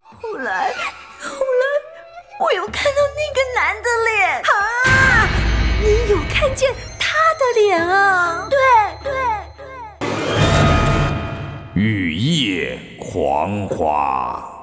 后来，后来我有看到那个男的脸啊！你有看见他的脸啊？对对对。雨夜狂花。